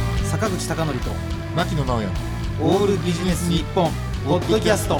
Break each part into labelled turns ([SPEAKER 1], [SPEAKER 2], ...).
[SPEAKER 1] 橋貴教と
[SPEAKER 2] 牧野直哉
[SPEAKER 1] オールビジネス日本ポッドキャスト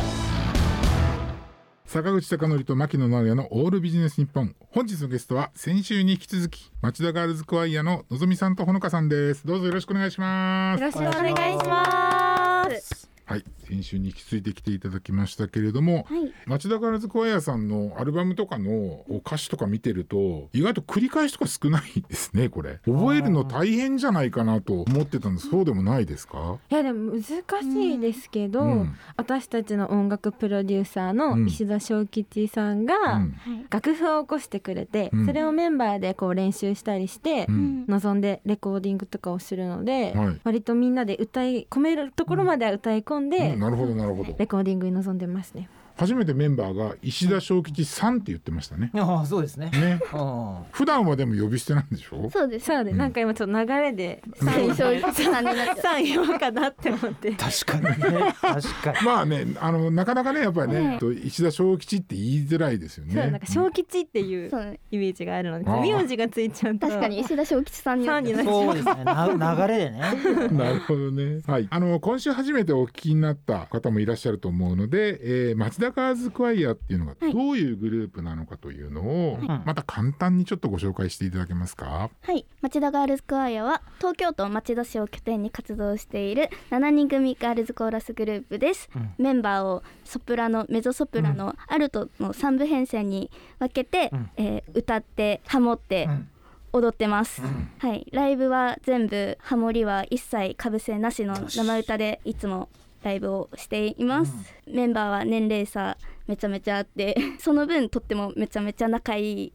[SPEAKER 2] 坂口孝則と牧野直哉のオールビジネス日本本日のゲストは先週に引き続き町田ガールズクワイアののぞみさんとほのかさんですどうぞよろしくお願いしま
[SPEAKER 3] よ
[SPEAKER 2] す
[SPEAKER 3] ろしくお願いします。
[SPEAKER 2] はい先週に引き続いて来ていただきましたけれども、
[SPEAKER 3] はい。
[SPEAKER 2] 町田ガールズクワイアさんのアルバムとかの歌詞とか見てると意外と繰り返しとか少ないですねこれ覚えるの大変じゃないかなと思ってたんですそうでもないですか
[SPEAKER 3] いやでも難しいですけど、
[SPEAKER 2] うん
[SPEAKER 3] 私たちの音楽プロデューサー
[SPEAKER 2] う
[SPEAKER 3] の
[SPEAKER 2] ん
[SPEAKER 3] 石田正吉さん
[SPEAKER 2] う
[SPEAKER 3] が
[SPEAKER 2] ん
[SPEAKER 3] 楽譜を起こしてくれて、
[SPEAKER 2] うん
[SPEAKER 3] それをメンバーでこう練習したりして、
[SPEAKER 2] うん
[SPEAKER 3] 望んでレコーディングとかをするので、
[SPEAKER 2] はい
[SPEAKER 3] 割とみんなで歌い込めるところまでは歌い込んで、
[SPEAKER 2] うんなるほどなるほど
[SPEAKER 3] レコーディングに臨んでますね。
[SPEAKER 2] 初めてメンバーが石田正吉さんって言ってましたね
[SPEAKER 1] ああそうですね
[SPEAKER 2] ね
[SPEAKER 1] あ
[SPEAKER 2] 普段はでも呼び捨てなんでしょ
[SPEAKER 4] そうです。
[SPEAKER 3] そうで、
[SPEAKER 2] うん
[SPEAKER 3] なんか今ちょっと流れで
[SPEAKER 4] 最
[SPEAKER 3] 三
[SPEAKER 4] 初さんになっちゃ
[SPEAKER 3] 三四かなって思 って。
[SPEAKER 1] あ確かにね確かに
[SPEAKER 2] まあねあのなかなかねやっぱりね、
[SPEAKER 4] うん
[SPEAKER 2] えっと石田正吉って言いづらいですよね
[SPEAKER 3] そうなんか正吉っていう
[SPEAKER 4] う。そうね。
[SPEAKER 3] イメージがあるので
[SPEAKER 2] あー
[SPEAKER 3] 名字がついちゃうと
[SPEAKER 4] 確かに石田正吉さんに
[SPEAKER 3] さんになっちゃう
[SPEAKER 1] そうですねな流れでね
[SPEAKER 2] なるほどね。はい。あの今週初めてお聞きになった方もいらっしゃると思うので、えー、松田ガールズクワイアっていうのが
[SPEAKER 3] はい
[SPEAKER 2] どういうグループなのかというのを、
[SPEAKER 1] い
[SPEAKER 2] また簡単にちょっとご紹介していただけますか。
[SPEAKER 4] はい、町田ガールズクワイアは東京都町田市を拠点に活動している7人組ガールズコーラスグループです、
[SPEAKER 1] うん
[SPEAKER 4] メンバーをソプラノメゾソプラノ、アルトの3部編成に分けて、
[SPEAKER 1] うん
[SPEAKER 4] えー歌ってハモって
[SPEAKER 1] うん
[SPEAKER 4] 踊ってます、はい、ライブは全部ハモリは一切かぶせなしの生歌でいつもライブをしています、メンバーは年齢差めちゃめちゃあって その分とってもめちゃめちゃ仲いい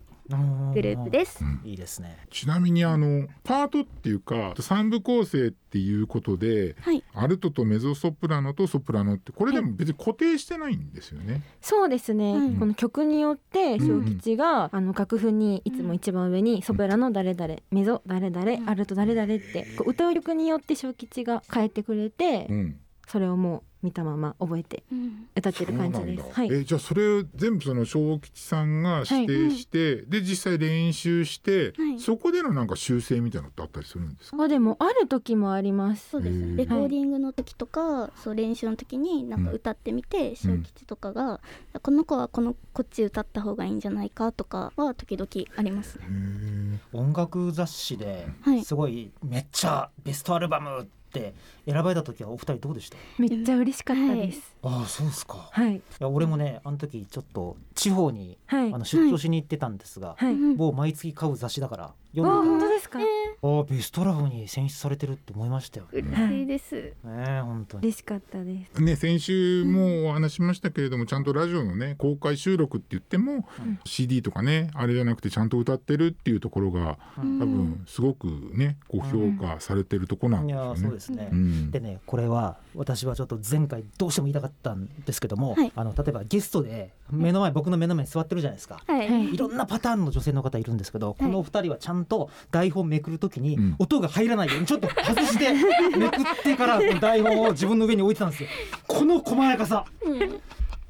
[SPEAKER 4] グループです、
[SPEAKER 1] いいですね
[SPEAKER 2] ちなみにあのパートっていうか三部構成っていうことで、
[SPEAKER 4] はい
[SPEAKER 2] アルトとメゾソプラノとソプラノってこれでも別に固定してないんですよね。
[SPEAKER 3] そうですね、
[SPEAKER 4] うん
[SPEAKER 3] この曲によって小吉が、あの楽譜にいつも一番上に「ソプラノ誰々」「メゾ誰々」「アルト誰々」ってこう歌う曲によって小吉が変えてくれて、
[SPEAKER 2] うん。
[SPEAKER 3] それをもう見たまま覚えて
[SPEAKER 4] うん
[SPEAKER 3] 歌ってる感じで
[SPEAKER 2] そうなん
[SPEAKER 3] す。
[SPEAKER 2] だ
[SPEAKER 3] はい、
[SPEAKER 2] えじゃあそれを全部その正吉さんが指定して、で実際練習して、
[SPEAKER 4] はい
[SPEAKER 2] そこでのなんか修正みたいなのってあったりするんですか。
[SPEAKER 3] あでもある時もあります
[SPEAKER 4] そ。うです
[SPEAKER 2] へー
[SPEAKER 4] ねレコーディングの時とか、そう練習の時になんか
[SPEAKER 2] うん
[SPEAKER 4] 歌ってみて小吉とかが、この子はこのこっち歌った方がいいんじゃないかとかは時々ありますね。
[SPEAKER 1] 音楽雑誌で
[SPEAKER 4] はい
[SPEAKER 1] すごいめっちゃベストアルバムって選ばれた時はお二人どうでした
[SPEAKER 3] めっちゃ嬉しかったです。
[SPEAKER 1] ああそうですか
[SPEAKER 3] はい
[SPEAKER 1] いや俺もねあの時ちょっと地方に
[SPEAKER 3] はい
[SPEAKER 1] あの出張しに行ってたんですが、
[SPEAKER 3] はい。
[SPEAKER 4] うん
[SPEAKER 1] 某毎月買う雑誌だから
[SPEAKER 3] あ
[SPEAKER 1] 読ん
[SPEAKER 3] 本
[SPEAKER 1] で
[SPEAKER 3] 当ですか。
[SPEAKER 1] たああベストラブに選出されてるって思いましたよね
[SPEAKER 4] 嬉しいです。
[SPEAKER 1] え本当に
[SPEAKER 3] 嬉しかったです。
[SPEAKER 2] ね、先週もお話ししましたけれどもちゃんとラジオのね公開収録って言っても、
[SPEAKER 1] ん
[SPEAKER 2] CD とかねあれじゃなくてちゃんと歌ってるっていうところが
[SPEAKER 1] う
[SPEAKER 2] 多
[SPEAKER 4] 多
[SPEAKER 2] 分すごくねこう評価されてるとこなん
[SPEAKER 1] い
[SPEAKER 2] です
[SPEAKER 1] や
[SPEAKER 2] よ
[SPEAKER 1] ーそう
[SPEAKER 2] ね
[SPEAKER 1] で。すね、
[SPEAKER 2] うん
[SPEAKER 1] でねこれは私はちょっと前回どうしても言いたかったんですけども、
[SPEAKER 4] はい
[SPEAKER 1] あの例えばゲストで目の前僕の目の前に座ってるじゃないですか
[SPEAKER 4] はい、
[SPEAKER 3] はい
[SPEAKER 1] いろんなパターンの女性の方いるんですけど、このお二人はちゃんと台本めくるときに
[SPEAKER 2] うん
[SPEAKER 1] 音が入らないようにちょっと外してめくってからこの台本を自分の上に置いてたんですよこの細やかさ
[SPEAKER 4] うんち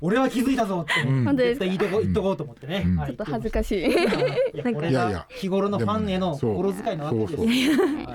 [SPEAKER 1] 俺は気づいたぞって、
[SPEAKER 2] うん
[SPEAKER 4] 本当で
[SPEAKER 1] 絶
[SPEAKER 4] す
[SPEAKER 1] 対
[SPEAKER 4] か
[SPEAKER 1] 言いとこ言っとこうと思ってね、
[SPEAKER 2] うん
[SPEAKER 1] はい
[SPEAKER 4] ょっと恥ずかしい。
[SPEAKER 1] いやこれ
[SPEAKER 2] いやいや
[SPEAKER 1] が日頃のファンへの
[SPEAKER 2] でもねそう
[SPEAKER 1] 心遣いなわけですよ
[SPEAKER 2] そうそううん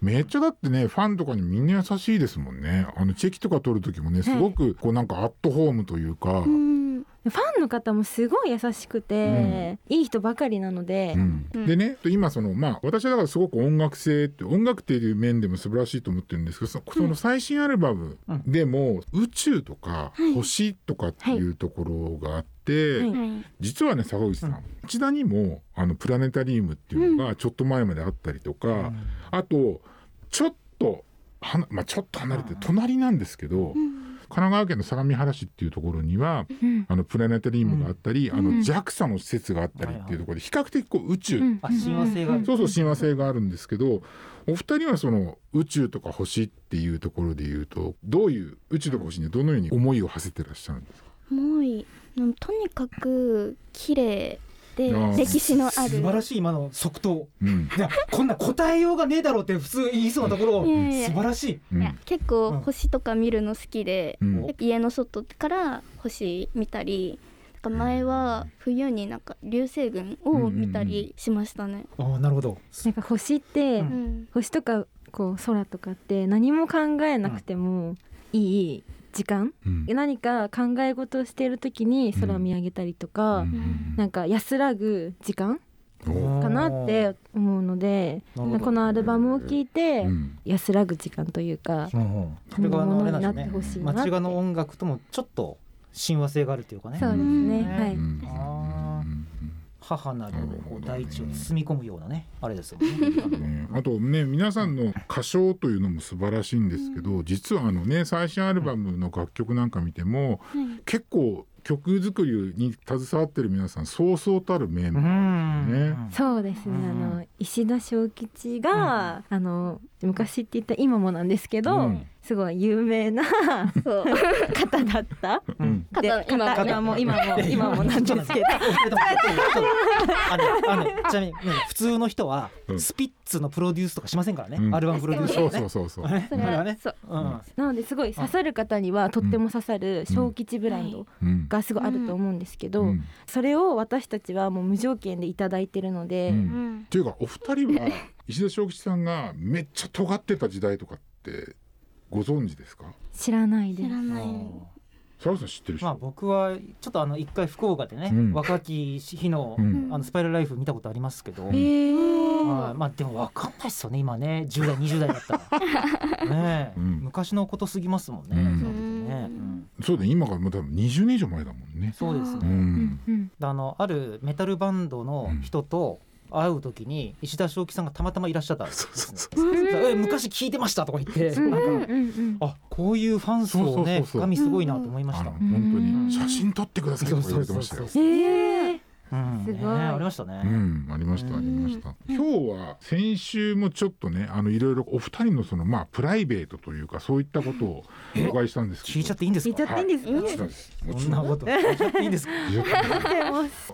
[SPEAKER 2] めっちゃだってねファンとかにみんな優しいですもんねあのチェキとか撮る時もねすごくこうなんかアットホームというか、
[SPEAKER 4] うん
[SPEAKER 3] ファンの方もすごい優しくて、いい人ばかりなので、
[SPEAKER 4] うん
[SPEAKER 2] でね今そのまあ私はだからすごく音楽性って音楽っていう面でも素晴らしいと思ってるんですけどそその最新アルバムでも宇宙とか
[SPEAKER 4] はい
[SPEAKER 2] 星とかっていうところがあって、
[SPEAKER 3] はい
[SPEAKER 4] はい。
[SPEAKER 2] 実はね坂口さん、
[SPEAKER 1] うん
[SPEAKER 2] 内田にもあのプラネタリウムっていうのがちょっと前まであったりとか、
[SPEAKER 1] うん
[SPEAKER 2] あとちょっとはな、まあ、ちょっと離れて隣なんですけど、神奈川県の相模原市っていうところには
[SPEAKER 3] うん
[SPEAKER 2] あのプラネタリウムがあったり、あの
[SPEAKER 3] うん
[SPEAKER 2] JAXA の施設があったりっていうところで比較的こう宇宙、
[SPEAKER 3] うん
[SPEAKER 1] あ親和性がある
[SPEAKER 2] そうそう親和性があるんですけどお二人はその宇宙とか星っていうところで言うとどういう宇宙とか星にどのように思いを馳せてらっしゃるんですか
[SPEAKER 4] もういいうんとにかく綺麗で
[SPEAKER 2] あー
[SPEAKER 4] 歴史のあ
[SPEAKER 1] 素晴ら
[SPEAKER 4] る。
[SPEAKER 1] しい今の即答
[SPEAKER 2] うん
[SPEAKER 1] いやこんな答えようがねえだろうって普通言いそうなところを
[SPEAKER 4] い
[SPEAKER 1] 素
[SPEAKER 4] やいや
[SPEAKER 1] 晴らしい
[SPEAKER 2] うん
[SPEAKER 4] いや結
[SPEAKER 1] うん
[SPEAKER 4] 構星とか見るの好きで、
[SPEAKER 2] うん
[SPEAKER 4] で家の外から星見たりなんか前は冬になんか流星群を見たりしましたね。
[SPEAKER 1] ああなるほど
[SPEAKER 3] なんか星って、
[SPEAKER 1] うん
[SPEAKER 4] うん
[SPEAKER 3] 星とかこう空とかって何も考えなくてもいい時間、
[SPEAKER 2] うん
[SPEAKER 3] 何か考え事をしてる時に空を見上げたりとか、
[SPEAKER 2] うん
[SPEAKER 3] なんか安らぐ時間
[SPEAKER 2] お
[SPEAKER 3] かなって思うので
[SPEAKER 1] なるほど
[SPEAKER 3] このアルバムを聴いて
[SPEAKER 2] うん
[SPEAKER 3] 安らぐ時間というか、
[SPEAKER 1] うんうんそれがあのあれなんですよね
[SPEAKER 3] ものになってほしいなって
[SPEAKER 1] 街画の音楽ともちょっと親和性があるというかね
[SPEAKER 3] そうですね、
[SPEAKER 1] うん
[SPEAKER 3] はい、
[SPEAKER 2] うん
[SPEAKER 1] あ母なる
[SPEAKER 2] なるほどね
[SPEAKER 1] 大地を包み込むようなねあれですよね
[SPEAKER 2] ねあとね皆さんの歌唱というのも素晴らしいんですけど実はあのね最新アルバムの楽曲なんか見ても結構曲作りに携わってる皆さんそうそうたるメン
[SPEAKER 1] う
[SPEAKER 2] バー
[SPEAKER 1] ん
[SPEAKER 2] ね
[SPEAKER 3] そうですね、
[SPEAKER 1] うん
[SPEAKER 3] あの石田小吉が、あの昔って言った今もなんですけど、
[SPEAKER 2] うん
[SPEAKER 3] すごい有名な
[SPEAKER 4] そう
[SPEAKER 3] 方だった
[SPEAKER 1] うんうん
[SPEAKER 4] 方
[SPEAKER 3] で
[SPEAKER 4] 今も
[SPEAKER 3] 方今も今も今もなんです けど
[SPEAKER 1] あのあのちなみに、ね、普通の人は
[SPEAKER 2] うん
[SPEAKER 1] スピッツのプロデュースとかしませんからね、
[SPEAKER 2] うん
[SPEAKER 1] アルバムプロデュース
[SPEAKER 2] そ
[SPEAKER 1] と
[SPEAKER 2] う
[SPEAKER 1] か
[SPEAKER 2] そ
[SPEAKER 1] ね
[SPEAKER 2] うそうそう
[SPEAKER 1] あ。れはね
[SPEAKER 4] そう
[SPEAKER 1] うん
[SPEAKER 3] なのですごい刺さる方にはとっても刺さる小吉ブランド
[SPEAKER 2] うん
[SPEAKER 3] がすごいあると思うんですけど、
[SPEAKER 2] うん
[SPEAKER 3] それを私たちはもう無条件でいただいてるので、
[SPEAKER 2] うん
[SPEAKER 4] うん
[SPEAKER 2] っていうかお二人は石田正吉さんがめっちゃ尖ってた時代とかってご存知ですか
[SPEAKER 3] 知らないで
[SPEAKER 4] 知
[SPEAKER 3] す。
[SPEAKER 4] ら
[SPEAKER 1] うん
[SPEAKER 4] ない
[SPEAKER 2] サラさん知ってる人、
[SPEAKER 1] まあ僕はちょっとあの一回福岡でね、
[SPEAKER 2] うん
[SPEAKER 1] 若き日の,、
[SPEAKER 2] うん
[SPEAKER 1] あのスパイラルライフ見たことありますけど、
[SPEAKER 2] え
[SPEAKER 1] はいまあでもわかんないっすよね今ね10代20代だったらねえ、
[SPEAKER 2] うん
[SPEAKER 1] 昔のことすぎますもんね、
[SPEAKER 2] うん
[SPEAKER 1] その時ね、うん
[SPEAKER 2] そうだね今からもう多分20年以上前だもんね
[SPEAKER 1] そうですね、
[SPEAKER 2] う
[SPEAKER 3] うんんうん
[SPEAKER 1] であのあるメタルバンドの人と会う時に石田正輝さんがたまたまいらっしゃったんです
[SPEAKER 2] そうそうそう
[SPEAKER 1] ねえ昔聞いてましたとか言って、
[SPEAKER 3] うん
[SPEAKER 1] なんか
[SPEAKER 3] うんうん
[SPEAKER 1] あこういうファン層
[SPEAKER 2] そうそう
[SPEAKER 1] を
[SPEAKER 2] そ
[SPEAKER 1] ね
[SPEAKER 2] うそう
[SPEAKER 1] 深みすごいなと思いま
[SPEAKER 2] あ
[SPEAKER 1] した
[SPEAKER 2] の
[SPEAKER 1] う
[SPEAKER 2] 本
[SPEAKER 1] ん
[SPEAKER 2] 当
[SPEAKER 3] う
[SPEAKER 2] に
[SPEAKER 3] ん
[SPEAKER 2] 写真撮ってくださいとか言われてましたよ
[SPEAKER 1] そうそうそう
[SPEAKER 3] えー
[SPEAKER 1] ね
[SPEAKER 3] すごい
[SPEAKER 1] ありましたね、
[SPEAKER 2] うん、ありましたありました今日は先週もちょっとねあのいろいろお二人のそのまあプライベートというかそういったことをお伺いしたんですけど
[SPEAKER 1] 聞いちゃっていいんです
[SPEAKER 3] 聞いちゃって
[SPEAKER 1] か
[SPEAKER 3] いいんですか、
[SPEAKER 2] もちろんですも
[SPEAKER 1] そ
[SPEAKER 2] ち
[SPEAKER 1] ん
[SPEAKER 2] ろ
[SPEAKER 1] なん
[SPEAKER 2] で
[SPEAKER 1] こと聞いちゃっていいんですか
[SPEAKER 2] すよ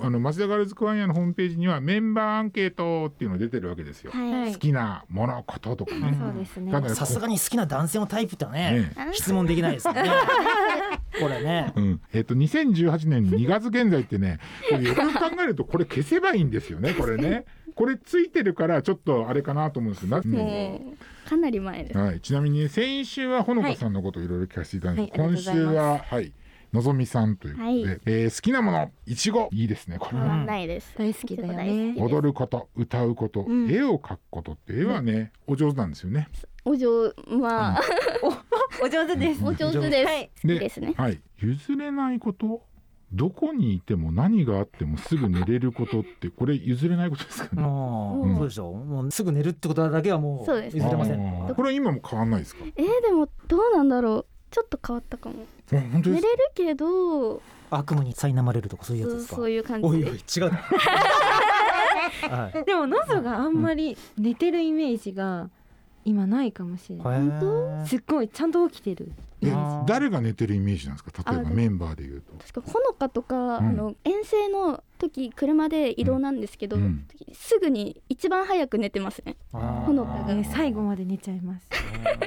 [SPEAKER 2] あの町田ガールズクワイアのホームページにはメンバーアンケートっていうのが出てるわけですよ、
[SPEAKER 4] はい
[SPEAKER 2] 好きなものこととかね、
[SPEAKER 1] うん
[SPEAKER 3] そうですね
[SPEAKER 2] ただ
[SPEAKER 1] さすがに好きな男性のタイプってのはね
[SPEAKER 2] ね
[SPEAKER 4] あ
[SPEAKER 1] 質問できないですよ ねこれね
[SPEAKER 2] うん、えっ、と2018年2月現在ってね、これよく考えるとこれ消せばいいんですよね、これね。これついてるからちょっとあれかなと思うんですよ。な
[SPEAKER 4] もうかなり前です
[SPEAKER 2] はい。ちなみに先週はほのかさんのことをいろいろ聞かせていただいて、
[SPEAKER 3] はい
[SPEAKER 2] 今週ははいのぞみさんということで、
[SPEAKER 4] はい
[SPEAKER 2] えー好きなものいちごいいですねこれ
[SPEAKER 4] 変
[SPEAKER 2] は。
[SPEAKER 4] わんないです
[SPEAKER 3] 大好きだよね
[SPEAKER 4] いいです
[SPEAKER 2] 踊ること歌うこと、
[SPEAKER 4] うん
[SPEAKER 2] 絵を描くことって絵はね、お上手なんですよね。
[SPEAKER 4] お嬢まあ
[SPEAKER 3] お上手です。
[SPEAKER 4] お上手です
[SPEAKER 3] はい
[SPEAKER 4] 好きですね
[SPEAKER 2] はい、譲れないことどこにいても何があってもすぐ寝れることってこれ譲れないことですかね。
[SPEAKER 1] も
[SPEAKER 4] う
[SPEAKER 1] うんそうでしょもうすぐ寝るってことだけはも
[SPEAKER 4] そうで
[SPEAKER 1] う
[SPEAKER 4] す
[SPEAKER 1] 譲れません
[SPEAKER 2] あーこれは今も変わんないですか。
[SPEAKER 4] えーでもどうなんだろうちょっと変わったかも
[SPEAKER 2] あ本当で
[SPEAKER 4] 寝れ
[SPEAKER 2] す
[SPEAKER 4] るけど
[SPEAKER 1] 悪夢に苛まれるとかそういうやつ
[SPEAKER 4] そ
[SPEAKER 1] で
[SPEAKER 4] う
[SPEAKER 1] すか
[SPEAKER 4] そういう感
[SPEAKER 1] お
[SPEAKER 4] じ
[SPEAKER 1] い
[SPEAKER 4] で
[SPEAKER 1] おい違 うなはい
[SPEAKER 3] でも喉があんまり寝てるイメージが今ないかもしれない。
[SPEAKER 1] 本
[SPEAKER 3] すっごいちゃんと起きてる。
[SPEAKER 2] え
[SPEAKER 1] あー
[SPEAKER 2] 誰が寝てるイメージなんですか。例えばメンバーで言うと。
[SPEAKER 4] 確かほのかとか、
[SPEAKER 2] うん
[SPEAKER 4] あの遠征の時車で移動なんですけど、
[SPEAKER 2] うん
[SPEAKER 4] すぐに一番早く寝てますねほのか
[SPEAKER 3] え
[SPEAKER 4] が
[SPEAKER 3] ー最後まで寝ちゃいます。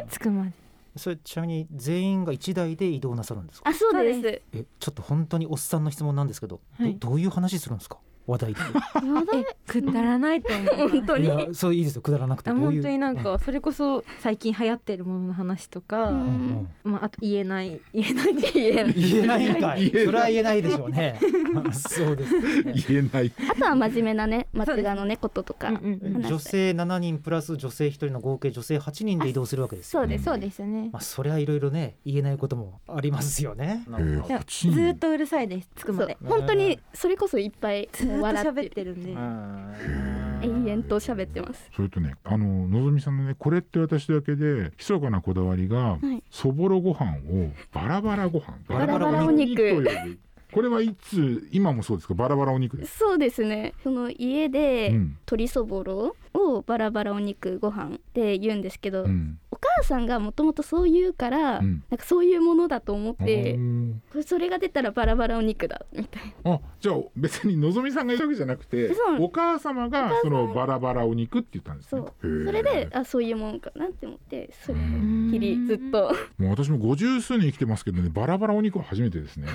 [SPEAKER 3] つくまで。
[SPEAKER 1] それちなみに全員が一台で移動なさるんですか
[SPEAKER 4] あそうです
[SPEAKER 3] そう
[SPEAKER 1] えちょっと本当におっさんの質問なんですけど、
[SPEAKER 3] はい
[SPEAKER 1] どどういう話するんですか話題って
[SPEAKER 4] や だ
[SPEAKER 3] えくだらないと思う。
[SPEAKER 4] 本当
[SPEAKER 1] い
[SPEAKER 4] に
[SPEAKER 1] やそういいですよくだらなくて
[SPEAKER 3] あ
[SPEAKER 1] どうい
[SPEAKER 3] 本
[SPEAKER 1] う
[SPEAKER 3] 当になんかそれこそ最近流行ってるものの話とか、
[SPEAKER 1] う
[SPEAKER 4] うん
[SPEAKER 1] ん
[SPEAKER 3] まああと言えない 言えないで
[SPEAKER 4] 言えない
[SPEAKER 1] 言えないんかいそ
[SPEAKER 2] 言
[SPEAKER 1] れ
[SPEAKER 2] えない
[SPEAKER 1] は言えないでしょうねそうですね
[SPEAKER 2] 言えない。
[SPEAKER 4] あとは真面目 なね松田のねこととか、
[SPEAKER 3] うんうんうん
[SPEAKER 4] 話した
[SPEAKER 1] 女性7人プラス女性1人の合計女性8人で移動するわけですよ
[SPEAKER 4] そうです
[SPEAKER 3] そうですね。
[SPEAKER 1] まあそりゃいろいろね言えないこともありますよね
[SPEAKER 2] えー
[SPEAKER 3] いや
[SPEAKER 2] 八
[SPEAKER 3] ず
[SPEAKER 2] 人
[SPEAKER 3] ーっとうるさいです。つくま
[SPEAKER 4] そう
[SPEAKER 3] で。
[SPEAKER 4] 本当にそれこそいっぱい
[SPEAKER 3] ずーっと
[SPEAKER 4] 笑っ
[SPEAKER 3] 喋
[SPEAKER 4] て
[SPEAKER 3] っ
[SPEAKER 4] る
[SPEAKER 3] てるんで。
[SPEAKER 1] 永
[SPEAKER 4] 永遠と喋ってます
[SPEAKER 2] それとねあののぞみさんのねこれって私だけで密かなこだわりが、
[SPEAKER 4] い
[SPEAKER 2] そぼろご飯をバラバラご飯
[SPEAKER 1] バラバラお
[SPEAKER 4] 肉
[SPEAKER 2] と呼ぶこれはいつ今もそうですかバラバラお肉です。
[SPEAKER 4] そうですねその家
[SPEAKER 2] う
[SPEAKER 4] で
[SPEAKER 2] ん
[SPEAKER 4] 鶏そぼろをバラバラお肉ご飯って言うんですけど、
[SPEAKER 2] うん
[SPEAKER 4] お母さんがもともとそう言うから、
[SPEAKER 2] うん
[SPEAKER 4] なんかそういうものだと思っ
[SPEAKER 2] あ
[SPEAKER 4] て、
[SPEAKER 2] ー
[SPEAKER 4] それが出たらバラバラお肉だみたい
[SPEAKER 2] あじゃあ別にのぞみさんが言ったわけじゃなくて
[SPEAKER 4] そう
[SPEAKER 2] お母様がそのバラバラお肉って言ったんですね
[SPEAKER 4] なそ
[SPEAKER 2] へ
[SPEAKER 4] う
[SPEAKER 2] ー
[SPEAKER 4] それであそういうもんかなって思ってそれ
[SPEAKER 2] う
[SPEAKER 4] っ
[SPEAKER 2] ん
[SPEAKER 4] きりずっと
[SPEAKER 2] もう私も五十数年生きてますけどねバラバラお肉は初めてですね。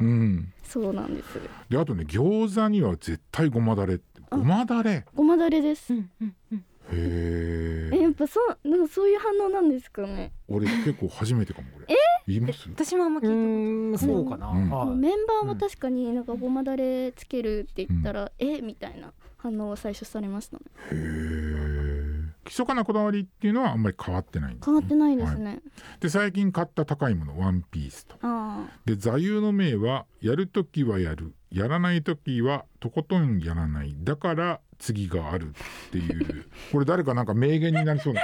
[SPEAKER 2] うん、
[SPEAKER 4] そうなんです
[SPEAKER 2] であとね餃子には絶対ごまだれってごまだれへ
[SPEAKER 4] ごまだれです
[SPEAKER 3] うんうんうん。
[SPEAKER 2] え
[SPEAKER 4] えっぱそうなんかそういう反応なんですかね
[SPEAKER 2] 俺結構初めてかもこれ。言います？
[SPEAKER 3] 私もあんま聞
[SPEAKER 1] う
[SPEAKER 3] い
[SPEAKER 1] ーんそうかな、
[SPEAKER 2] うん
[SPEAKER 1] はい
[SPEAKER 4] メンバーも確かになんかごまだれつけるって言ったら、えみたいな反応を最初されましたね
[SPEAKER 2] へえ。密かなこだわりっていうのはあんまり変わってないんです
[SPEAKER 4] 変
[SPEAKER 2] ね
[SPEAKER 4] わってないですね、
[SPEAKER 2] で最近買った高いものワンピースと
[SPEAKER 4] ああ
[SPEAKER 2] で座右の銘はやるときはやるやらないときはとことんやらないだから次があるっていうこれ誰かなんか名言になりそうな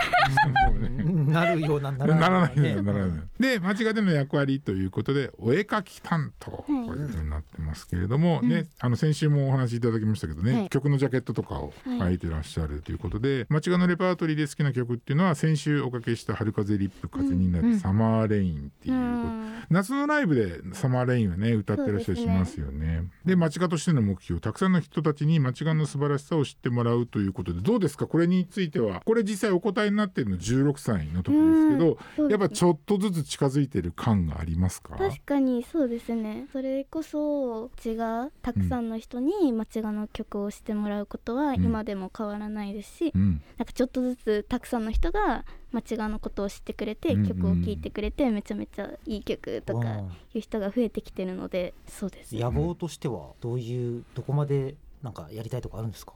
[SPEAKER 1] なるようなな
[SPEAKER 2] ならない
[SPEAKER 1] よ
[SPEAKER 2] で
[SPEAKER 1] う
[SPEAKER 2] すならないで間違いでの役割ということでお絵描き担当こう
[SPEAKER 4] はい
[SPEAKER 2] いうふうになってますけれども、ねあの先週もお話しいただきましたけどね、
[SPEAKER 3] はい
[SPEAKER 2] 曲のジャケットとかを描いてらっしゃるということで、間違いのレパートリーで好きな曲っていうのは先週おかけした「春風リップ風にな
[SPEAKER 3] うんう
[SPEAKER 2] る
[SPEAKER 3] ん
[SPEAKER 2] サマーレイン」っていううことで
[SPEAKER 4] ん
[SPEAKER 2] 夏のライブで「サマーレイン」をね歌ってらっしゃるしますよね。で街歌としての目標たくさんの人たちに街歌の素晴らしさを知ってもらうということでどうですかこれについてはこれ実際お答えになってるの16歳の時ですけど、
[SPEAKER 4] そうで
[SPEAKER 2] や
[SPEAKER 4] す
[SPEAKER 2] っぱちょっとずつ近づいてる感がありますか
[SPEAKER 4] 確かにそうですねそれこそ血がたくさんの人に町がの曲をしてもらうことは
[SPEAKER 2] うん
[SPEAKER 4] 今でも変わらないですし、
[SPEAKER 2] うん、
[SPEAKER 4] なんかちょっとずつたくさんの人が町がのことを知ってくれて
[SPEAKER 2] うんうん
[SPEAKER 4] 曲を聴いてくれてめちゃめちゃいい曲とかいう人が増えてきてるのでそうです
[SPEAKER 1] 野望としてはどういうどこまでなんかやりたいとかあるんですか、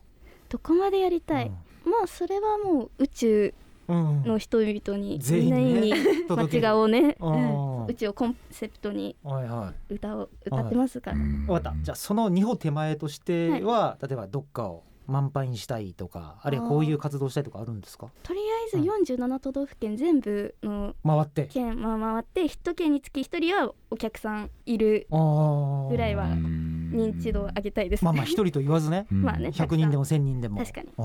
[SPEAKER 4] どこまでやりたい、まあそれはもう宇宙
[SPEAKER 1] うん
[SPEAKER 4] の人々に
[SPEAKER 1] 全
[SPEAKER 4] みんな
[SPEAKER 1] 員
[SPEAKER 4] に
[SPEAKER 1] にね
[SPEAKER 4] 町
[SPEAKER 1] 届ける
[SPEAKER 4] がをね、
[SPEAKER 1] あー
[SPEAKER 4] うん宇宙をコンセプトに
[SPEAKER 1] はいはい
[SPEAKER 4] 歌を歌ってますから、
[SPEAKER 2] うん
[SPEAKER 1] わかったじゃあその2歩手前としては、例えばどっかを満杯にしたいとかあるいはこういう活動したいとかあるんですか
[SPEAKER 4] とりあえず47都道府県全部の
[SPEAKER 1] 回って
[SPEAKER 4] 県まあ回って一県につき一人はお客さんいる
[SPEAKER 1] あー
[SPEAKER 4] ぐらいは
[SPEAKER 2] うん
[SPEAKER 4] 認知度を上げたいです、
[SPEAKER 1] まあまあ一人と言わず ね
[SPEAKER 2] うん
[SPEAKER 4] まあね
[SPEAKER 1] 100人でも1000人でも
[SPEAKER 4] 確かに
[SPEAKER 1] ああ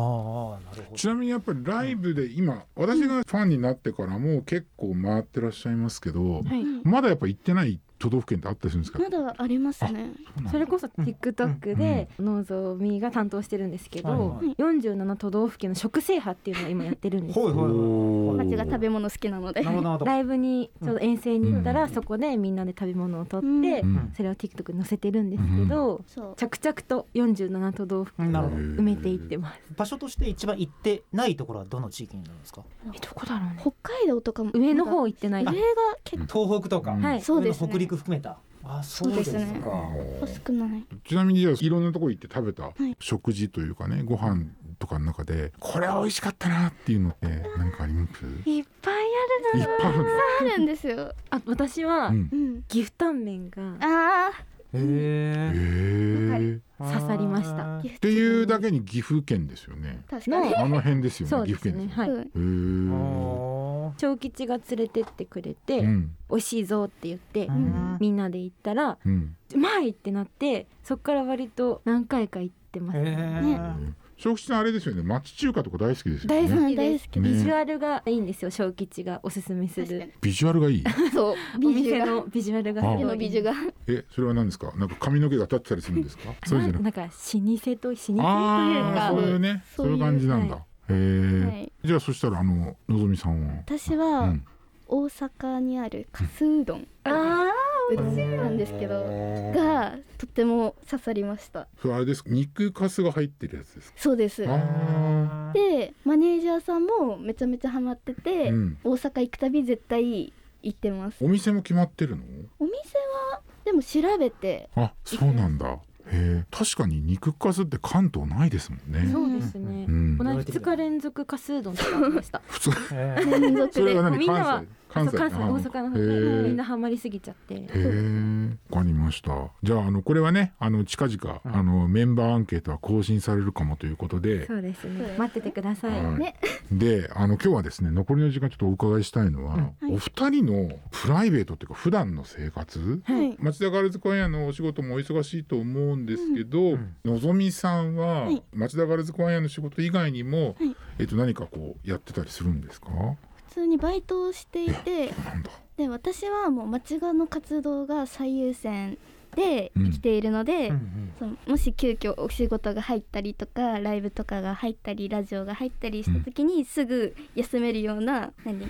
[SPEAKER 1] なるほ
[SPEAKER 2] ちなみにやっぱりライブで今私がファンになってからもう結構回ってらっしゃいますけど、
[SPEAKER 3] て、はい、
[SPEAKER 2] まだやっぱ行ってない都道府県ってあったりするんですか
[SPEAKER 4] まだありますね
[SPEAKER 3] それこそ TikTok で能蔵美が担当してるんですけど、
[SPEAKER 1] はい
[SPEAKER 4] はい
[SPEAKER 3] 47都道府県の食制覇っていうのを今やってるんです
[SPEAKER 1] どはいはいはい
[SPEAKER 2] おー
[SPEAKER 4] 町が食べ物好きなので
[SPEAKER 1] なるほどなるほど
[SPEAKER 3] ライブにちょうど遠征に行ったら、
[SPEAKER 1] うん
[SPEAKER 3] そこでみんなで食べ物を取っ
[SPEAKER 4] うん
[SPEAKER 3] て、
[SPEAKER 2] うん
[SPEAKER 3] それを TikTok に載せてるんですけど、
[SPEAKER 4] そう
[SPEAKER 3] 着々と47都道府県
[SPEAKER 1] なる
[SPEAKER 3] を
[SPEAKER 1] ほど
[SPEAKER 3] 埋めていってます、
[SPEAKER 1] 場所として一番行ってないところはどの地域になるんですか
[SPEAKER 3] えどこだろうね
[SPEAKER 4] 北海道とかも
[SPEAKER 3] 上の方行ってない
[SPEAKER 4] 上が結
[SPEAKER 1] 東北とか、
[SPEAKER 2] うん
[SPEAKER 3] はい
[SPEAKER 4] そうです
[SPEAKER 1] 上の
[SPEAKER 4] ね
[SPEAKER 1] 北陸含めたあそうですか
[SPEAKER 4] そうですね構少ない
[SPEAKER 2] ちなみにじゃあいろんなとこ行って食べた
[SPEAKER 4] い
[SPEAKER 2] 食事というかねご飯とかの中でこれは美味しかったなっていうのって何かありますいっ
[SPEAKER 3] いっぱいあ
[SPEAKER 2] ぱ
[SPEAKER 3] る
[SPEAKER 2] いあ
[SPEAKER 3] な
[SPEAKER 2] る
[SPEAKER 4] あるんですよ、
[SPEAKER 3] あ私
[SPEAKER 2] の
[SPEAKER 3] は、
[SPEAKER 2] うん
[SPEAKER 4] うん、
[SPEAKER 3] 岐阜タンメンが
[SPEAKER 4] あ
[SPEAKER 1] へえ
[SPEAKER 4] わか
[SPEAKER 2] へえ
[SPEAKER 4] る
[SPEAKER 3] 刺さりました
[SPEAKER 4] あ
[SPEAKER 2] っ、ていうだけに岐阜県ですよね
[SPEAKER 4] 確かに
[SPEAKER 3] の
[SPEAKER 2] あの辺ですよ
[SPEAKER 3] そ
[SPEAKER 2] ね
[SPEAKER 3] う
[SPEAKER 2] 岐阜
[SPEAKER 3] です
[SPEAKER 2] 県
[SPEAKER 3] ね
[SPEAKER 2] ですよ
[SPEAKER 3] はい
[SPEAKER 4] うん
[SPEAKER 2] へえ
[SPEAKER 3] 長吉が連れてってくれて、
[SPEAKER 2] うん
[SPEAKER 3] 美味しいぞって言って、
[SPEAKER 1] うん
[SPEAKER 3] みんなで行ったら
[SPEAKER 2] うん
[SPEAKER 3] うまいってなってそっから割と何回か行ってます、
[SPEAKER 1] へ
[SPEAKER 4] ね
[SPEAKER 1] ー
[SPEAKER 2] 小吉さんあれですよね町中華とか大好きですよ
[SPEAKER 3] 大好
[SPEAKER 2] ね
[SPEAKER 4] うん大好き
[SPEAKER 2] ね
[SPEAKER 3] ビジュアルがいいんですよ小吉がおすすめす
[SPEAKER 4] 確か
[SPEAKER 3] る
[SPEAKER 4] に
[SPEAKER 2] ビジュアルがいい
[SPEAKER 4] そう
[SPEAKER 3] お
[SPEAKER 4] 美女
[SPEAKER 3] 店
[SPEAKER 4] が
[SPEAKER 3] のビジュアルがす
[SPEAKER 2] あ
[SPEAKER 3] ごい
[SPEAKER 4] 美の美女が
[SPEAKER 2] えそれは何ですかなんか髪の毛が立ってたりするんですかそういうんじ
[SPEAKER 3] な
[SPEAKER 2] ゃ
[SPEAKER 3] な
[SPEAKER 2] なん
[SPEAKER 3] か老舗と老舗という
[SPEAKER 2] ああ
[SPEAKER 3] か
[SPEAKER 2] ーそういうね
[SPEAKER 4] そ
[SPEAKER 2] そうう
[SPEAKER 4] いう
[SPEAKER 2] いう感じなんだへ
[SPEAKER 4] は
[SPEAKER 2] え
[SPEAKER 4] い
[SPEAKER 2] じゃあそしたらあののぞみさんは
[SPEAKER 4] 私
[SPEAKER 2] う
[SPEAKER 4] は
[SPEAKER 2] ん
[SPEAKER 4] 大阪にあるかすうどん
[SPEAKER 3] ああ
[SPEAKER 4] なんですけどがとても刺さりました
[SPEAKER 2] それあれです肉かすが入ってるやつですか
[SPEAKER 4] そうです
[SPEAKER 2] あ
[SPEAKER 4] でマネージャーさんもめちゃめちゃハマってて、
[SPEAKER 2] うん
[SPEAKER 4] 大阪行くたび絶対行ってます
[SPEAKER 2] お店も決まってるの
[SPEAKER 4] お店はでも調 べて
[SPEAKER 2] あそうなんだへえ確かに肉かすって関東ないですもんね
[SPEAKER 3] そうですね
[SPEAKER 2] う。ん
[SPEAKER 3] この2日連続カスうどんとかありました。
[SPEAKER 2] 普通
[SPEAKER 1] へー
[SPEAKER 4] 連続
[SPEAKER 2] それ
[SPEAKER 4] で
[SPEAKER 2] は
[SPEAKER 3] もうみ
[SPEAKER 2] 何
[SPEAKER 3] んなは
[SPEAKER 2] 関西関西
[SPEAKER 3] そ
[SPEAKER 2] あ
[SPEAKER 3] う関西大阪の方
[SPEAKER 2] へ
[SPEAKER 3] で
[SPEAKER 2] え
[SPEAKER 3] みんなハマりすぎちゃって。
[SPEAKER 2] へえ、わかりました。じゃあ、あの、これはね、あの、近々、
[SPEAKER 1] うん
[SPEAKER 2] あの、メンバーアンケートは更新されるかもということで。
[SPEAKER 3] そうです
[SPEAKER 4] そうで
[SPEAKER 3] ね
[SPEAKER 4] す。
[SPEAKER 3] 待っててください。
[SPEAKER 2] はい
[SPEAKER 4] ね
[SPEAKER 2] で、あの、今日はですね、残りの時間ちょっとお伺いしたいのは、
[SPEAKER 4] うんはい
[SPEAKER 2] お二人のプライベートっていうか、普段の生活。
[SPEAKER 4] は
[SPEAKER 3] はいい、
[SPEAKER 2] 町田ガールズ公演のお仕事もお忙しいと思うんですけど、
[SPEAKER 1] ん
[SPEAKER 2] のぞみさんは、
[SPEAKER 4] はい
[SPEAKER 2] 町田ガールズ公演の仕事以外にも、
[SPEAKER 4] はい
[SPEAKER 2] えっと何かこうやってたりするんですか？
[SPEAKER 4] 普通にバイトをしていて
[SPEAKER 2] なんだ。
[SPEAKER 4] で私はもう町側の活動が最優先で
[SPEAKER 2] うん
[SPEAKER 4] 生きているので、
[SPEAKER 1] うん
[SPEAKER 4] そのもし急遽お仕事が入ったりとかライブとかが入ったりラジオが入ったりした時にすぐ休めるような何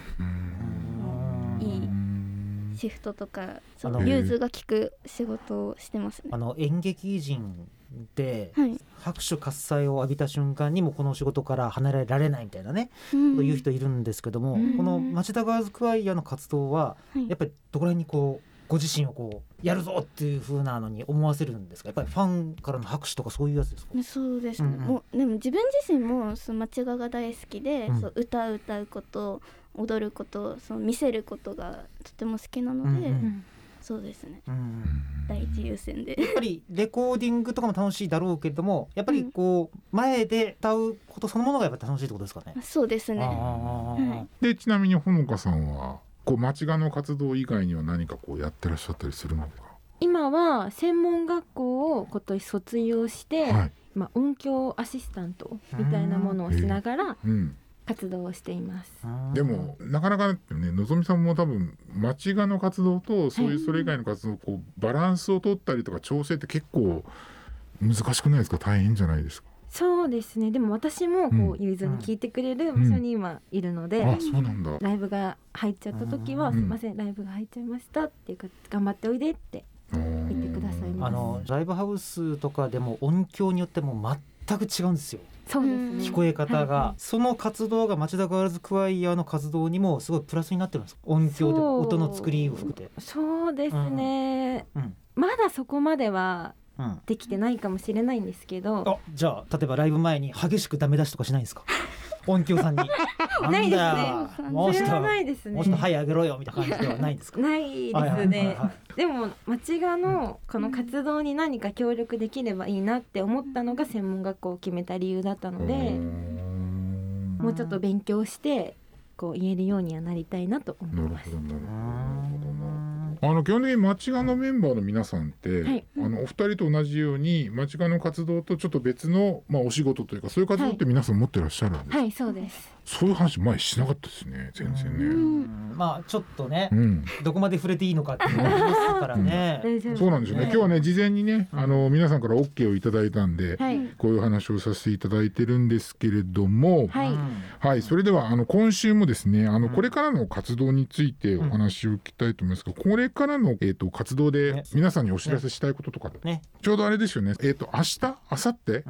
[SPEAKER 1] うん
[SPEAKER 4] いい
[SPEAKER 2] うん
[SPEAKER 4] シフトとか
[SPEAKER 1] あ
[SPEAKER 4] そ
[SPEAKER 1] の
[SPEAKER 4] の融通が利く仕事をしてますね
[SPEAKER 1] あ。の演劇人で、
[SPEAKER 4] はい
[SPEAKER 1] 拍手喝采を浴びた瞬間にもうこの仕事から離れられないみたいなね、
[SPEAKER 4] うん
[SPEAKER 1] という人いるんですけども、
[SPEAKER 3] うん
[SPEAKER 1] この町田ガールズクワイヤの活動は
[SPEAKER 4] はい
[SPEAKER 1] やっぱりどこら辺にこうご自身をこうやるぞっていう風なのに思わせるんですかやっぱりファンからの拍手とかそういうやつですか、
[SPEAKER 4] そうですね、
[SPEAKER 1] うんうん
[SPEAKER 4] もうでも自分自身もその町画が大好きで、
[SPEAKER 1] うん
[SPEAKER 4] そう歌う歌うこと踊ることその見せることがとても好きなので、
[SPEAKER 1] うんうん
[SPEAKER 3] うん
[SPEAKER 4] そうですね
[SPEAKER 1] うん
[SPEAKER 4] 第一優先で
[SPEAKER 1] やっぱりレコーディングとかも楽しいだろうけれどもやっぱりこう前で歌うことそのものがやっぱ楽しいってことですかね。
[SPEAKER 4] そうです
[SPEAKER 1] あーあー
[SPEAKER 4] ね
[SPEAKER 1] あー
[SPEAKER 4] はい
[SPEAKER 2] でちなみにほのかさんはこう町画の活動以外には何かこうやってらっしゃったりするのですか。
[SPEAKER 3] 今は専門学校を今年卒業して、
[SPEAKER 2] はい。
[SPEAKER 3] まあ、音響アシスタントみたいなものをしながら
[SPEAKER 2] うん。
[SPEAKER 3] 活動をしています。
[SPEAKER 1] うん
[SPEAKER 2] でもなかなかねのぞみさんも多分町画の活動とそういうそれ以外の活動をこうバランスを取ったりとか調整って結構難しくないですか大変じゃないですか。
[SPEAKER 3] そうですねでも私もこ
[SPEAKER 2] うん
[SPEAKER 3] うゆいぞに聞いてくれる場所に今いるので、
[SPEAKER 2] あそうなんだ。
[SPEAKER 3] ライブが入っちゃった時は「
[SPEAKER 2] うん
[SPEAKER 3] すいませんライブが入っちゃいました」っていうか「頑張っておいで」って
[SPEAKER 2] 見
[SPEAKER 3] 見てください
[SPEAKER 1] あのライブハウスとかでも音響によっても全く違うんですよ
[SPEAKER 3] そうですね
[SPEAKER 4] うん
[SPEAKER 1] 聞こえ方が、
[SPEAKER 3] はいはい
[SPEAKER 1] その活動が町田ガールズクワイヤーの活動にもすごいプラスになってるんですか音響で
[SPEAKER 3] そう
[SPEAKER 1] 音の作りを含めて。
[SPEAKER 3] そうですね、
[SPEAKER 1] うん
[SPEAKER 3] まだそこまでは
[SPEAKER 1] うん
[SPEAKER 3] できてないかもしれないんですけど
[SPEAKER 1] あじゃあ例えばライブ前に激しくダメ出しとかしないん ですか音響 さんに。
[SPEAKER 3] ないですね
[SPEAKER 1] なんだよもう
[SPEAKER 3] そ
[SPEAKER 1] ちょ
[SPEAKER 3] れ
[SPEAKER 1] っと
[SPEAKER 3] はないですね
[SPEAKER 1] もうちょっと早いあげろよみたいな感じではないんですか
[SPEAKER 3] ない
[SPEAKER 1] はいはいは
[SPEAKER 3] です
[SPEAKER 1] い
[SPEAKER 3] ね
[SPEAKER 1] はい
[SPEAKER 3] でも町がのこの活動に何か協力できればいいなって思ったのが専門学校を決めた理由だったのでもうちょっと勉強してこう言えるようにはなりたいなと思
[SPEAKER 2] ないる
[SPEAKER 3] ます
[SPEAKER 2] ほどなるほど
[SPEAKER 1] う
[SPEAKER 2] なるほどな。
[SPEAKER 1] ん
[SPEAKER 2] あの基本的に町画のメンバーの皆さんって、
[SPEAKER 3] はい
[SPEAKER 2] あのお二人と同じように町画の活動とちょっと別の、まあ、お仕事というかそういう活動って皆さん持ってらっしゃるんです、
[SPEAKER 3] はいそうです
[SPEAKER 2] そういう話前しなかったですね全然ね。
[SPEAKER 1] うんまあちょっとね
[SPEAKER 2] う、ん、
[SPEAKER 1] どこまで触れていいのかっていうのもありますからね。
[SPEAKER 3] 大丈夫
[SPEAKER 2] そうなんですよね今日はね事前にねあの皆さんから OK をいただいたんで、
[SPEAKER 3] はい
[SPEAKER 2] こういう話をさせていただいてるんですけれども、
[SPEAKER 3] は
[SPEAKER 1] う
[SPEAKER 3] い
[SPEAKER 1] ん
[SPEAKER 2] はい、それではあの今週もですねあのこれからの活動についてお話を聞きたいと思いますが、これからの、えー、と活動で
[SPEAKER 1] ね
[SPEAKER 2] 皆さんにお知らせしたいこととか、
[SPEAKER 1] ね
[SPEAKER 2] ちょうどあれですよね、えー、と明日明後日
[SPEAKER 4] あさって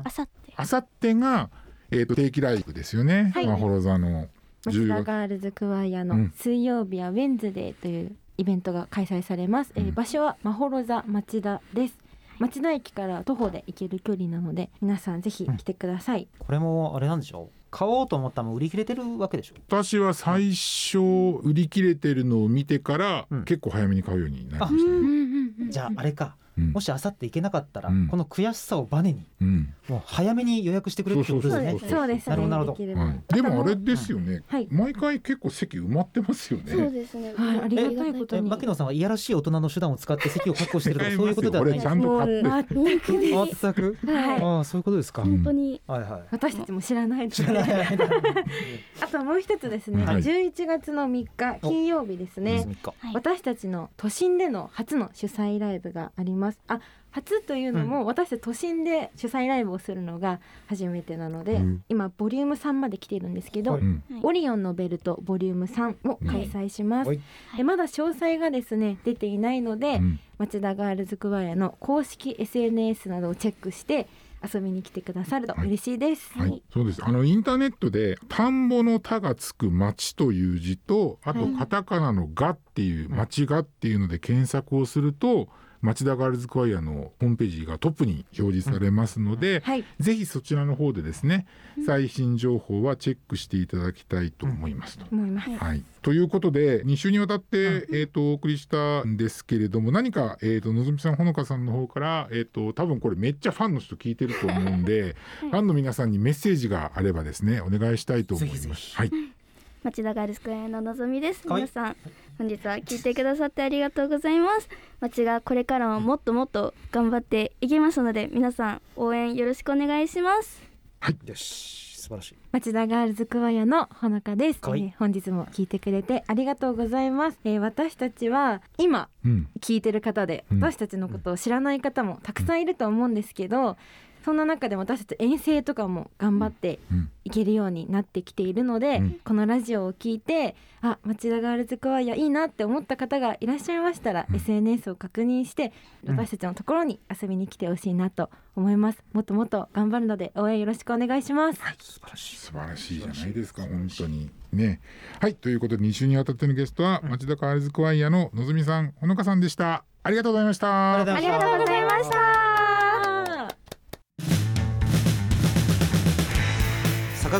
[SPEAKER 2] 明後日が、えー、と定期ライブですよね、
[SPEAKER 3] はい
[SPEAKER 2] まあホロザの
[SPEAKER 3] 町田
[SPEAKER 2] 10月
[SPEAKER 3] ガールズクワイア
[SPEAKER 2] う
[SPEAKER 3] の
[SPEAKER 2] ん
[SPEAKER 3] 水曜日はウェンズデーというイベントが開催されます、え
[SPEAKER 2] うん
[SPEAKER 3] ー場所はまほろ座町田です町田駅から徒歩で行ける距離なので皆さんぜひ来てください、
[SPEAKER 1] これもあれなんでしょう買おうと思ったらもう売り切れてるわけでしょ
[SPEAKER 2] 私は最初売り切れてるのを見てから、
[SPEAKER 1] うん
[SPEAKER 2] 結構早めに買うようになりました、
[SPEAKER 3] うんうんうん
[SPEAKER 1] じゃああれか
[SPEAKER 2] うん
[SPEAKER 1] もしあさって行けなかったら、
[SPEAKER 2] うん
[SPEAKER 1] この悔しさをバネに
[SPEAKER 2] うん
[SPEAKER 1] もう早めに予約してくれってことですね
[SPEAKER 2] そう
[SPEAKER 3] うんそうです
[SPEAKER 1] なるほどなるほど
[SPEAKER 3] できれば
[SPEAKER 2] はい、でもあれですよね、
[SPEAKER 3] はい
[SPEAKER 2] 毎回結構席埋まってますよね。
[SPEAKER 4] そうですね、
[SPEAKER 3] はいありがたいこと
[SPEAKER 1] え
[SPEAKER 3] に
[SPEAKER 1] 牧野さんはいやらしい大人の手段を使って席を確保してるとかそういうことでは
[SPEAKER 2] こ
[SPEAKER 1] ない
[SPEAKER 2] れ
[SPEAKER 1] んで
[SPEAKER 2] ち
[SPEAKER 1] す
[SPEAKER 2] ゃ
[SPEAKER 1] か
[SPEAKER 2] んと買って。
[SPEAKER 4] 全くです
[SPEAKER 1] 全く、
[SPEAKER 4] はい
[SPEAKER 1] ああそういうことですか、
[SPEAKER 2] うん
[SPEAKER 4] 本当に
[SPEAKER 1] はいはい
[SPEAKER 3] 私たちも知らないの
[SPEAKER 1] 知らな
[SPEAKER 3] で
[SPEAKER 1] い
[SPEAKER 3] あともう一つですね、
[SPEAKER 2] はい
[SPEAKER 3] 11月の3日金曜日 ですね
[SPEAKER 1] 水日
[SPEAKER 4] はい
[SPEAKER 3] 私たちの都心での初の主催ライブがありますあ初というのも、私たち都心で主催ライブをするのが初めてなので、
[SPEAKER 2] うん
[SPEAKER 3] 今ボリューム3まで来ているんですけど、
[SPEAKER 1] はい
[SPEAKER 2] うん
[SPEAKER 3] オリオンのベルトボリューム3を開催します、
[SPEAKER 1] はい
[SPEAKER 3] でまだ詳細がですね出ていないので、
[SPEAKER 2] うん
[SPEAKER 3] 町田ガールズクワイアの公式 SNS などをチェックして遊びに来てくださると嬉しいです、
[SPEAKER 2] はい、そうです。あのインターネットで田んぼの田がつく町という字と、あと
[SPEAKER 3] はい
[SPEAKER 2] カタカナのがっていう
[SPEAKER 1] うん
[SPEAKER 2] 町がっていうので検索をすると、町田ガールズクワイアのホームページがトップに表示されますので、
[SPEAKER 3] はい
[SPEAKER 2] ぜひそちらの方でですね、最新情報はチェックしていただきたいと思いますと。
[SPEAKER 3] 思います、
[SPEAKER 2] はい、ということで2週にわたって、えー、とお送りしたんですけれども何か、えー、とのぞみさんほのかさんの方から、えー、と多分これめっちゃファンの人聞いてると思うん で、ファンの皆さんにメッセージがあればですねお願いしたいと思います。
[SPEAKER 1] ぜひぜひ
[SPEAKER 2] はい、
[SPEAKER 4] 町田ガールスクエアののぞみです
[SPEAKER 1] はい
[SPEAKER 4] 皆さん本日は聞いてくださってありがとうございます町がこれからももっともっと頑張っていきますので皆さん応援よろしくお願いします
[SPEAKER 1] よし素晴らしい
[SPEAKER 3] 町田ガールズクワヤのほのかです、
[SPEAKER 1] かわいい
[SPEAKER 3] えー本日も聞いてくれてありがとうございます、えー私たちは今
[SPEAKER 2] うん
[SPEAKER 3] 聞いてる方で
[SPEAKER 2] うん
[SPEAKER 3] 私たちのことを知らない方もたくさんいると思うんですけど、そんな中でも私たち遠征とかも頑張って
[SPEAKER 2] うん
[SPEAKER 3] いけるようになってきているので、
[SPEAKER 2] うん
[SPEAKER 3] このラジオを聞いてあ町田ガールズコアやいいなって思った方がいらっしゃいましたら、
[SPEAKER 2] うん
[SPEAKER 3] SNS を確認して
[SPEAKER 1] うん
[SPEAKER 3] 私たちのところに遊びに来てほしいなと思いますもっともっと頑張るので応援よろしくお願いします
[SPEAKER 1] はい、素晴らしい。
[SPEAKER 2] 素晴らしいじゃないですか本当にねはいということで2週にわたってのゲストは町田カールズクワイアののぞみさんほのかさんでしたありがとうございました
[SPEAKER 1] ありがとうございました
[SPEAKER 4] ありがとうございました
[SPEAKER 1] 坂